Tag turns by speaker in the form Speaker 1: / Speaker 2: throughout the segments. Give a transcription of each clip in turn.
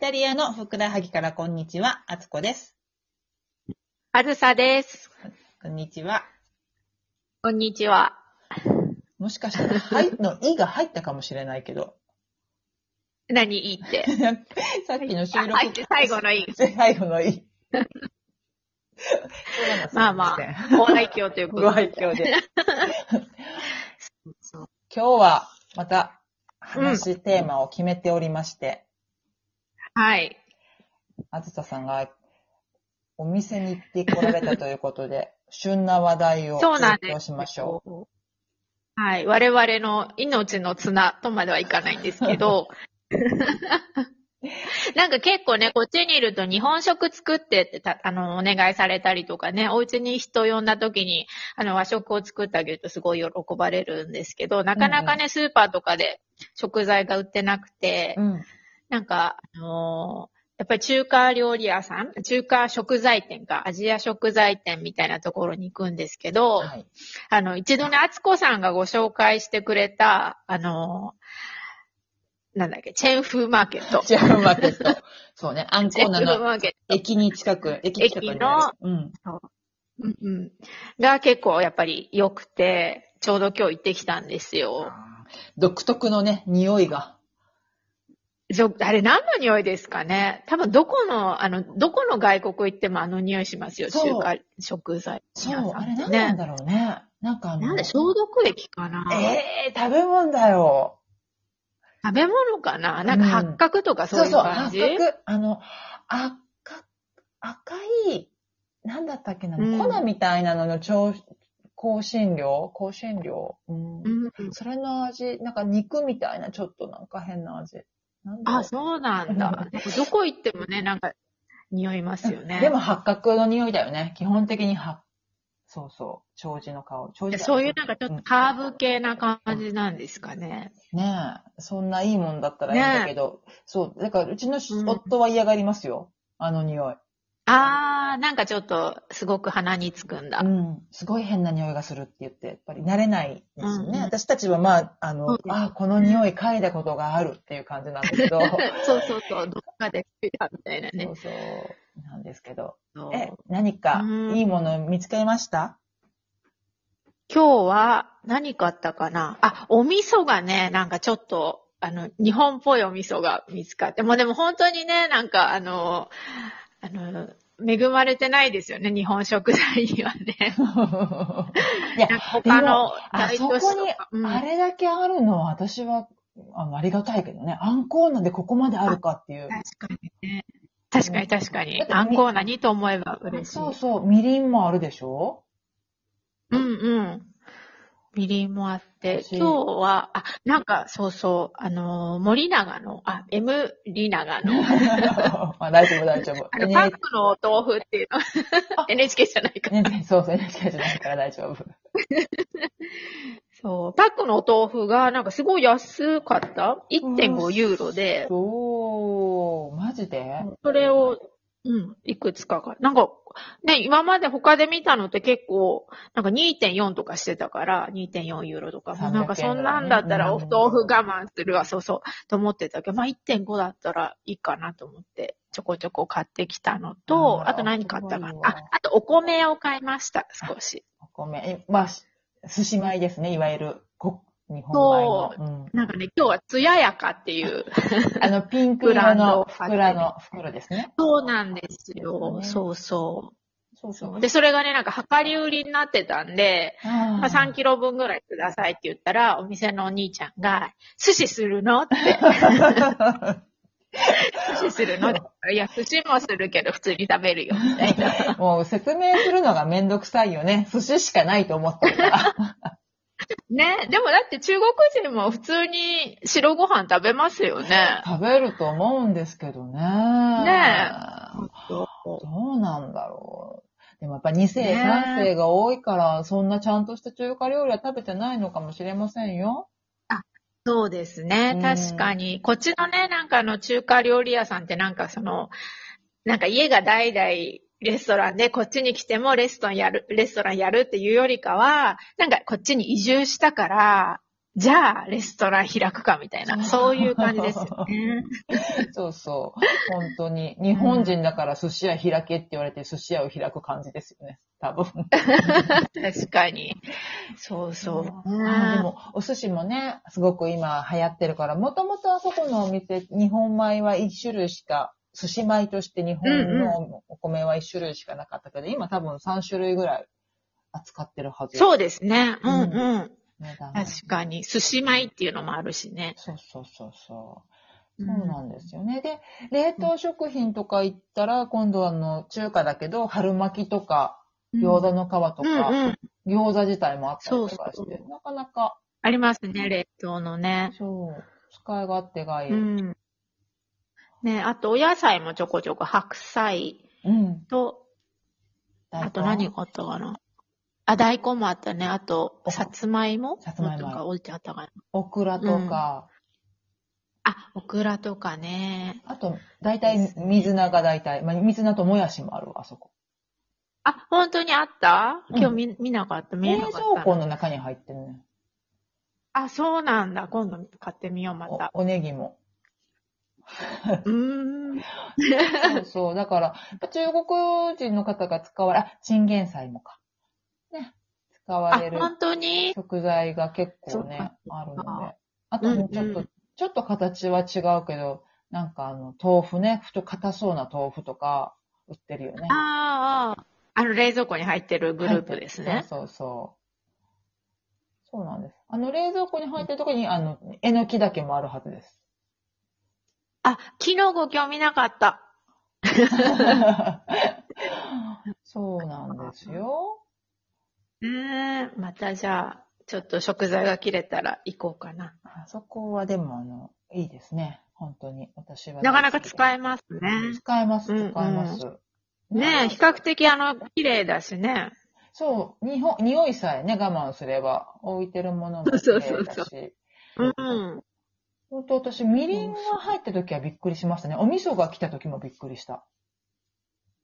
Speaker 1: タリアのふくらはぎからこんにちは、あつこです。
Speaker 2: あずさです。
Speaker 1: こんにちは。
Speaker 2: こんにちは。
Speaker 1: もしかしたら、はいの、いが入ったかもしれない けど、
Speaker 2: 何いい って。
Speaker 1: さっきの収録。
Speaker 2: あ入って最後のいい。
Speaker 1: 最後のい い。
Speaker 2: まあまあ
Speaker 1: すいせん、
Speaker 2: ご愛嬌というこ
Speaker 1: ご
Speaker 2: と
Speaker 1: 愛
Speaker 2: で。
Speaker 1: 嬌で。
Speaker 2: そう
Speaker 1: 今日は、また、話、テーマを決めておりまして、
Speaker 2: はい。
Speaker 1: あずささんが、お店に行ってこられたということで、旬な話題を
Speaker 2: そうなん
Speaker 1: 提
Speaker 2: で
Speaker 1: 供
Speaker 2: す。
Speaker 1: しましょ
Speaker 2: はい。我々の命の綱とまではいかないんですけ ど、なんか結構ね、こっちにいると日本食作ってってた、あの、お願いされたりとかね、お家に人呼んだ時に、あの、和食を作ってあげるとすごい喜ばれるんですけど、なかなかね、スーパーとかで食材が売ってなくて
Speaker 1: う。、うん。
Speaker 2: なんか、あのーやっぱり中華料理屋さん、中華食材店か、アジア食材店みたいなところに行くんですけど、
Speaker 1: はい。
Speaker 2: あの、一度ね、あつこさんがご紹介してくれた、あのーなんだっけ、チェーン風マーケット。
Speaker 1: シェフマーケ ット。そうね、アンコ
Speaker 2: チェー
Speaker 1: ー
Speaker 2: ン
Speaker 1: ナ
Speaker 2: 風
Speaker 1: の
Speaker 2: マーケット。
Speaker 1: 駅に近く、駅近くにある。うん。
Speaker 2: うんうん、が結構やっぱり良くて、ちょうど今日行ってきたんですよ。
Speaker 1: 独特のね、匂いが。
Speaker 2: ぞあれ何の匂いですかね多分どこの、あの、どこの外国行ってもあの匂いしますよ、
Speaker 1: そう
Speaker 2: 中華食材
Speaker 1: そ
Speaker 2: 屋さん
Speaker 1: う
Speaker 2: っ、て
Speaker 1: あ
Speaker 2: ね。
Speaker 1: れ何なんだろうね。なんかあの、
Speaker 2: なんで消毒液かな、
Speaker 1: えー、食べ物だよ。
Speaker 2: 食べ物かななんか八角とかそういう感じ、
Speaker 1: 八角。あの、赤、赤い、なんだったっけな、
Speaker 2: うん
Speaker 1: 粉みたいなのの調、香辛料香辛料、う
Speaker 2: う
Speaker 1: ん
Speaker 2: ん
Speaker 1: それの味、なんか肉みたいな、ちょっとなんか変な味。なんだろう
Speaker 2: あ、そうなんだ。どこ行ってもね、なんか匂いますよね。
Speaker 1: でも八角の匂いだよね。基本的には、そうそう、長寿の香り。長寿だよね
Speaker 2: そういうなんかちょっとハーブ系な感じなんですかね。
Speaker 1: ねえ、そんないいもんだったらいいんだけど、そう、だからうちのし
Speaker 2: うん
Speaker 1: 夫は嫌がりますよ。あの匂い。
Speaker 2: あー、なんかちょっとすごく鼻につくんだ。
Speaker 1: うん。すごい変な匂いがするって言って、やっぱり慣れないんですよね。
Speaker 2: うん
Speaker 1: 私たちはまあ、あ
Speaker 2: そ
Speaker 1: の
Speaker 2: う、です
Speaker 1: あこの匂い嗅いだことがあるっていう感じなんですけど、
Speaker 2: そうそうそう、どっかで聞いたみたいな
Speaker 1: そ
Speaker 2: ね
Speaker 1: う。そう、なんですけど。
Speaker 2: そう
Speaker 1: え、何かいいもの見つけました
Speaker 2: 今日は何買ったかなあ、お味噌がね、なんかちょっと、あの、日本っぽいお味噌が見つかって、もうでも本当にね、なんかあの、あの、恵まれてないですよね、日本食材には ね。
Speaker 1: いや
Speaker 2: なんか他の
Speaker 1: あそこ
Speaker 2: 都市と
Speaker 1: に
Speaker 2: か、うん
Speaker 1: あれだけあるのは私は、あの、ありがたいけどね。アンコーナでここまであるかっていう。
Speaker 2: 確かにね。確かに確かに
Speaker 1: だっ。てみ
Speaker 2: あんこう何と思えば嬉しい。
Speaker 1: そうそう、みりんもあるでしょ
Speaker 2: うんうん。みりんもあっ
Speaker 1: 美
Speaker 2: て
Speaker 1: 味、しい
Speaker 2: 今日は、あ、なんか、そうそう、あの、森永の、あ、M リ長の、
Speaker 1: まあ大丈夫、大丈夫。
Speaker 2: あの、
Speaker 1: ね
Speaker 2: パックのお豆腐っていうの NHK じゃないか。
Speaker 1: ねそうそう、NHK じゃないから大丈夫。
Speaker 2: そう。パックのお豆腐が、なんかすごい安かった
Speaker 1: う
Speaker 2: ?1.5 ユーロで、
Speaker 1: そう、マジで
Speaker 2: それを、うん、いくつかが。なんか、ね、今まで他で見たのって結構、なんか2.4とかしてたから、2.4ユーロとか。
Speaker 1: 300
Speaker 2: なんかそんなんだった
Speaker 1: 円
Speaker 2: ら
Speaker 1: ぐ
Speaker 2: お
Speaker 1: らいね
Speaker 2: 豆腐我慢するわ、そうそう、と思ってたけど、まあ1.5だったらいいかなと思って、ちょこちょこ買ってきたの
Speaker 1: あ
Speaker 2: と、
Speaker 1: ら
Speaker 2: あと何買ったか
Speaker 1: す
Speaker 2: な
Speaker 1: ごい。わ
Speaker 2: あ、あとお米を買いました、少し。
Speaker 1: お米。えまあ、す寿司米ですね、いわゆる。こ日本米の。うん
Speaker 2: なんかね、今日はつややかっていう。
Speaker 1: あの、ピンク色の
Speaker 2: ブ
Speaker 1: 袋
Speaker 2: ランド
Speaker 1: の、袋ですね。
Speaker 2: そうなんですよ。
Speaker 1: ね
Speaker 2: そうそ
Speaker 1: そうそう
Speaker 2: う。。で、それがね、なんか量り売りになってたんで、ま
Speaker 1: ま
Speaker 2: あ、3キロ分ぐらいくださいって言ったら、お店のお兄ちゃんが、寿司するの って、寿司するのいや、寿司もするけど、普通に食べるよ、みたい な。
Speaker 1: もう説明するのがめんどくさいよね。寿司しかないと思ってるから。
Speaker 2: ね、でもだって中国人も普通に白ご飯食べますよね。
Speaker 1: 食べると思うんですけどね。ね
Speaker 2: ね
Speaker 1: どうなんだろう。でもやっぱ2世、
Speaker 2: ね
Speaker 1: 3世が多いから、そんなちゃんとした中華料理は食べてないのかもしれませんよ。
Speaker 2: そうですね
Speaker 1: うん。
Speaker 2: 確かに。こっちのね、なんかあの中華料理屋さんってなんかその、なんか家が代々レストランで、こっちに来てもレストランやる、レストランやるっていうよりかは、なんかこっちに移住したから、じゃあ、レストラン開くかみたいな、そういう感じですよ ね。
Speaker 1: そうそう。本当に。日本人だから寿司屋開けって言われて寿司屋を開く感じですよね。多分。
Speaker 2: 確かに。そうそう。
Speaker 1: でも、お寿司もね、すごく今流行ってるから、もともとあそこのお店、日本米は1種類しか、寿司米として日本のお米は1種類しかなかったけど、今多分3種類ぐらい扱ってるはず。
Speaker 2: そうですね。うん
Speaker 1: う
Speaker 2: うん。
Speaker 1: ねだね
Speaker 2: 確かに。寿司米っていうのもあるしね。
Speaker 1: そうそうそうそう。そうなんですよね。で、冷凍食品とか行ったら、今度はあの、中華だけど、春巻きとか、餃子
Speaker 2: の
Speaker 1: の皮とか、
Speaker 2: うんうん。
Speaker 1: 餃子自体もあったりとかして、
Speaker 2: そうそ
Speaker 1: なかなか、
Speaker 2: ありますね、冷凍のね。
Speaker 1: そう、使い勝手がいい。
Speaker 2: う
Speaker 1: うん。
Speaker 2: ん。ね、あとお野菜もちょこちょこ白菜と、
Speaker 1: 大根
Speaker 2: あと何があったかな。あ、大根もあったね。あと、さつまいも
Speaker 1: さつまいも
Speaker 2: とか置いてあったかな。
Speaker 1: オクラとか、
Speaker 2: あ、オクラとかね。
Speaker 1: あと、大体、水菜が大体、まあ、水菜ともやしもあるわ、あそこ。
Speaker 2: あ、本当にあった
Speaker 1: うん
Speaker 2: 今日見見なかった。見え
Speaker 1: 冷
Speaker 2: なかった。
Speaker 1: 蔵庫の中に入ってるね。
Speaker 2: あ、そうなんだ。今度買ってみよう、また。
Speaker 1: おおネギも。
Speaker 2: うーん。
Speaker 1: そうそう。だから、やっぱ中国人の方が使われ、あ、チンゲン菜もか。ね。使わ
Speaker 2: あ
Speaker 1: れ、る
Speaker 2: 本当に
Speaker 1: 食材が結構
Speaker 2: そ
Speaker 1: ね
Speaker 2: う、
Speaker 1: あるので
Speaker 2: か。
Speaker 1: あともうちょっと、
Speaker 2: うんうん
Speaker 1: ちょっと形は違うけど、なんかあの、豆腐ね、ふと硬そうな豆腐とか売ってるよね。
Speaker 2: あーあー、あの冷蔵庫に入ってるグループですね。
Speaker 1: そうそうそう。そうなんです。あの、冷蔵庫に入ってるとこに、あの、えのきだけもあるはずです。
Speaker 2: あ、昨日ご興味なかった。
Speaker 1: そうなんですよ。
Speaker 2: うーん。またじゃあ、ちょっと食材が切れたら行こうかな。
Speaker 1: あそこはでも、あの、いいですね。本当に。私は。
Speaker 2: なかなか使
Speaker 1: え
Speaker 2: えますね。
Speaker 1: 使えます、
Speaker 2: うんう
Speaker 1: 使
Speaker 2: ん
Speaker 1: えます。
Speaker 2: ねえ、比較的あの、綺麗だしね。
Speaker 1: そう、にほ匂いさえね、我慢すれば、置いてるものも綺麗だ し。
Speaker 2: そうそうそううん。
Speaker 1: 本当私、みりんが入った時はびっくりしましたね。お味噌が来た時もびっくりした。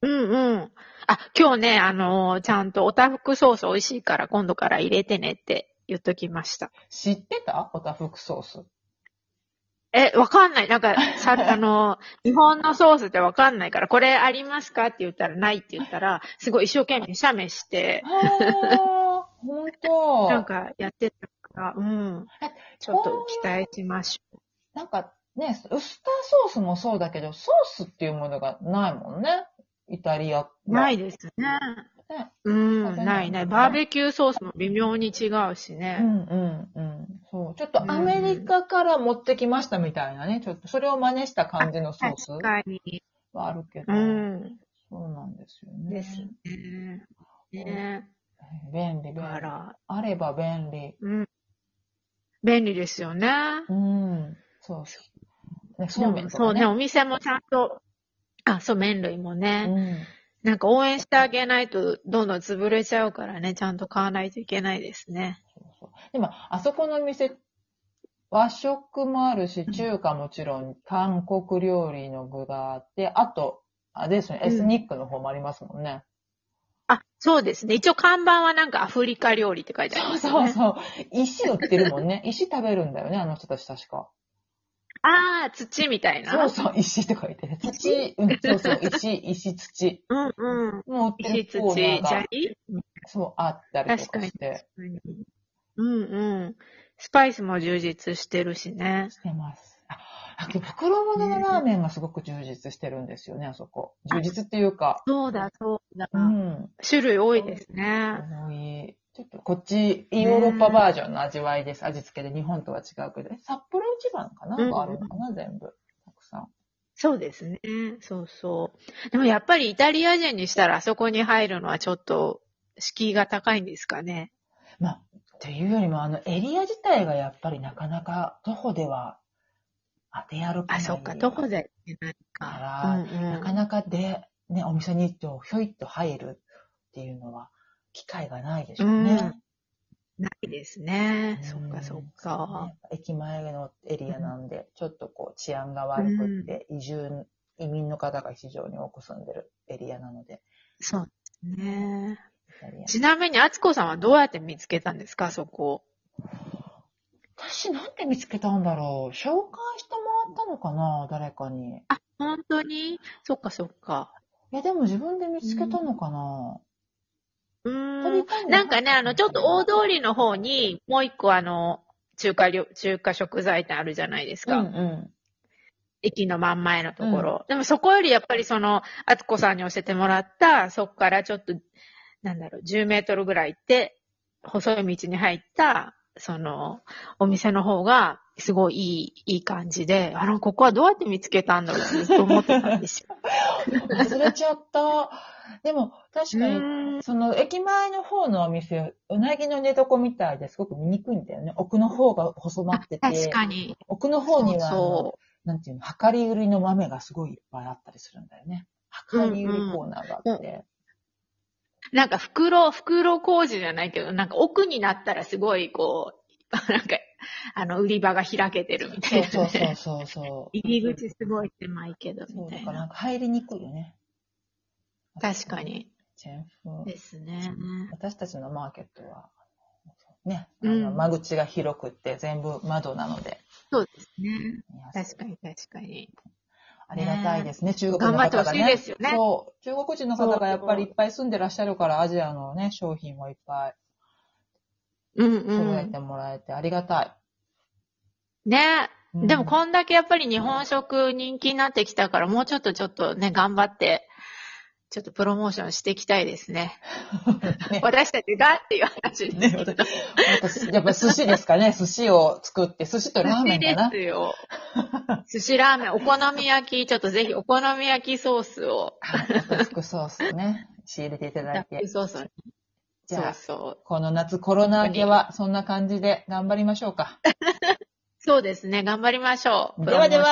Speaker 2: うんうん。あ、今日ね、あのーちゃんとおたふくソース美味しいから今度から入れてねって言っときました。
Speaker 1: 知ってたおたふくソース。
Speaker 2: え、わかんない。なんか、 さ、あのー日本のソースってわかんないから、これありますかって言ったら、ないって言ったら、すごい一生懸命写メして、
Speaker 1: ああ、ほんと。
Speaker 2: なんかやってたから、うん。ちょっと期待しましょ
Speaker 1: なんかね、ウスターソースもそうだけど、ソースっていうものがないもんね。イタリアは。
Speaker 2: う。ないですね。
Speaker 1: ね
Speaker 2: うん、ないない。バーベキューソースも微妙に違うし
Speaker 1: う
Speaker 2: ね。
Speaker 1: んうんうん。そう。ちょっとアメリカから持ってきましたみたいなね。ちょっとそれを真似した感じのソース
Speaker 2: 確かに。
Speaker 1: はあるけど。
Speaker 2: うん。
Speaker 1: そうなんですよね。
Speaker 2: ですね。ね
Speaker 1: 便利、便利
Speaker 2: だ。から、
Speaker 1: あれば便利。
Speaker 2: うん。便利ですよね。
Speaker 1: うん。そうそう。ね、そうめんと
Speaker 2: そう
Speaker 1: か
Speaker 2: ね、
Speaker 1: ね。
Speaker 2: お店もちゃんと、あ、そう、麺類も
Speaker 1: う
Speaker 2: ね、
Speaker 1: ん。
Speaker 2: なんか応援してあげないと、どんどん潰れちゃうからね、ちゃんと買わないといけないですね。
Speaker 1: そうそう。でも、あそこの店、和食もあるし、中華もちろん、韓国料理の具があって、あと、あれですね、
Speaker 2: う
Speaker 1: エ
Speaker 2: ん
Speaker 1: スニックの方もありますもんね。
Speaker 2: あ、そうですね。一応看板はなんかアフリカ料理って書いてあり
Speaker 1: そう
Speaker 2: ます、ね。
Speaker 1: そうそう。 石売ってるもんね。石食べるんだよね、あの人たち確か。
Speaker 2: ああ、土みたいな。
Speaker 1: そうそう、石って書いてる。土、うん、そうそう、石、石、土。
Speaker 2: うんうん。
Speaker 1: もう売って
Speaker 2: 石
Speaker 1: る
Speaker 2: 土、
Speaker 1: コ
Speaker 2: 砂
Speaker 1: ーナーが、
Speaker 2: 利
Speaker 1: そう、あったりとかして、
Speaker 2: うんうん。スパイスも充実してるしね。
Speaker 1: してます。あ、あと袋物のラーメンがすごく充実してるんですよね、あそこ。充実っていうか、
Speaker 2: そうだ、そうだ。
Speaker 1: うん。
Speaker 2: 種類多いですね。
Speaker 1: 重い。ちょっとこっち、ヨーロッパバージョンの味わいです。味付けで日本とは違うけど、え札幌一番かな、
Speaker 2: うん
Speaker 1: があるのかな全部。たくさん。
Speaker 2: そうですね。そうそう。でもやっぱりイタリア人にしたらあそこに入るのはちょっと敷居が高いんですかね。
Speaker 1: まあ、っていうよりも、あの、エリア自体がやっぱりなかなか徒歩では当て歩けない。
Speaker 2: あ、そっか、どこで行けない
Speaker 1: あら
Speaker 2: か。うんうん
Speaker 1: なかなかで、ね、お店に行ってひょいっと入るっていうのは、機会がないでしょうね。
Speaker 2: ないですね
Speaker 1: う。ん
Speaker 2: そっか、そっ
Speaker 1: そう
Speaker 2: か。
Speaker 1: ね駅前のエリアなんで、ちょっとこう治安が悪くって、移住、移民の方が非常に多く住んでるエリアなので、
Speaker 2: そうですね。
Speaker 1: イタリア
Speaker 2: ちなみに、あつこさんはどうやって見つけたんですか、そこ。
Speaker 1: 私なんで見つけたんだろう。紹介してもらったのかな誰かに。
Speaker 2: あ、本当にそっかそっか。
Speaker 1: え、でも自分で見つけたのかな、
Speaker 2: う
Speaker 1: 取
Speaker 2: ーん
Speaker 1: り。たいの
Speaker 2: なんかね、あの、ちょっと大通りの方に、もう一個あの、中華料、中華食材店あるじゃないです
Speaker 1: う
Speaker 2: か。
Speaker 1: んうん。
Speaker 2: 駅の真ん前のところ。でもそこよりやっぱりその、あつこさんに教えてもらった、そこからちょっと、なんだろう、10メートルぐらい行って、細い道に入った、その、お店の方が、すごいいい、いい感じで、あの、ここはどうやって見つけたんだろうってずっと思ってたんですよ。
Speaker 1: 忘れちゃった。でも、 確
Speaker 2: う
Speaker 1: かに、
Speaker 2: ーん
Speaker 1: その、駅前の方のお店、うなぎの寝床みたいですごく見にくいんだよね。奥の方が細まって
Speaker 2: 確
Speaker 1: て、
Speaker 2: かに。
Speaker 1: 奥の方
Speaker 2: そ
Speaker 1: に
Speaker 2: う
Speaker 1: は、
Speaker 2: そ
Speaker 1: なんていうの、量り売りの豆がすごいいっぱいあったりするんだよね。量り売りコーナーがあって。
Speaker 2: う。なんか袋、袋工事じゃないけど、なんか奥になったらすごいこう、 なんか、あの、売り場が開けてるみたいな、ね。
Speaker 1: そうそうそうそうそう。
Speaker 2: 入り口すごい狭いけど、
Speaker 1: そ
Speaker 2: み
Speaker 1: う、
Speaker 2: た
Speaker 1: だ
Speaker 2: い
Speaker 1: からな
Speaker 2: な。
Speaker 1: んか入りにくいよね。
Speaker 2: 確かに。
Speaker 1: チェーン風。
Speaker 2: ですね。
Speaker 1: 私たちのマーケットは、ね、あ
Speaker 2: うん
Speaker 1: の間口が広くって全部窓なので、
Speaker 2: そうですね。
Speaker 1: 見やす
Speaker 2: 確
Speaker 1: い
Speaker 2: かに、確かに。
Speaker 1: ありがたいですね、中国
Speaker 2: 頑
Speaker 1: の
Speaker 2: 張って
Speaker 1: 方
Speaker 2: ほ
Speaker 1: が
Speaker 2: しい
Speaker 1: ね。
Speaker 2: ですよね。
Speaker 1: そう、中国人の方がやっぱりいっぱい住んでらっしゃるから、アジアのね、商品もいっぱい
Speaker 2: うん
Speaker 1: 揃え
Speaker 2: う
Speaker 1: てもらえてありがた
Speaker 2: ん。ね。
Speaker 1: い。
Speaker 2: でもこんだけやっぱり日本食人気になってきたから、もうちょっとちょっとね、頑張って、ちょっとプロモーションしていきたいですね。
Speaker 1: ね
Speaker 2: 私たちがっていう話で
Speaker 1: ね
Speaker 2: すけど。
Speaker 1: 私やっぱり寿司ですかね、寿司を作って、寿司とラーメンか
Speaker 2: 寿
Speaker 1: な
Speaker 2: 司で。すよ。寿司ラーメン、お好み焼き、ちょっとぜひお好み焼きソースを、
Speaker 1: はい、副ソースね、仕入れていただい
Speaker 2: ダッ
Speaker 1: て
Speaker 2: ク。ソースをね
Speaker 1: じ
Speaker 2: そ
Speaker 1: ゃ
Speaker 2: う
Speaker 1: あ、
Speaker 2: そう。
Speaker 1: この夏コロナ明けはそんな感じで頑張りましょうか。
Speaker 2: そうですね。頑張りましょう。
Speaker 1: ではでは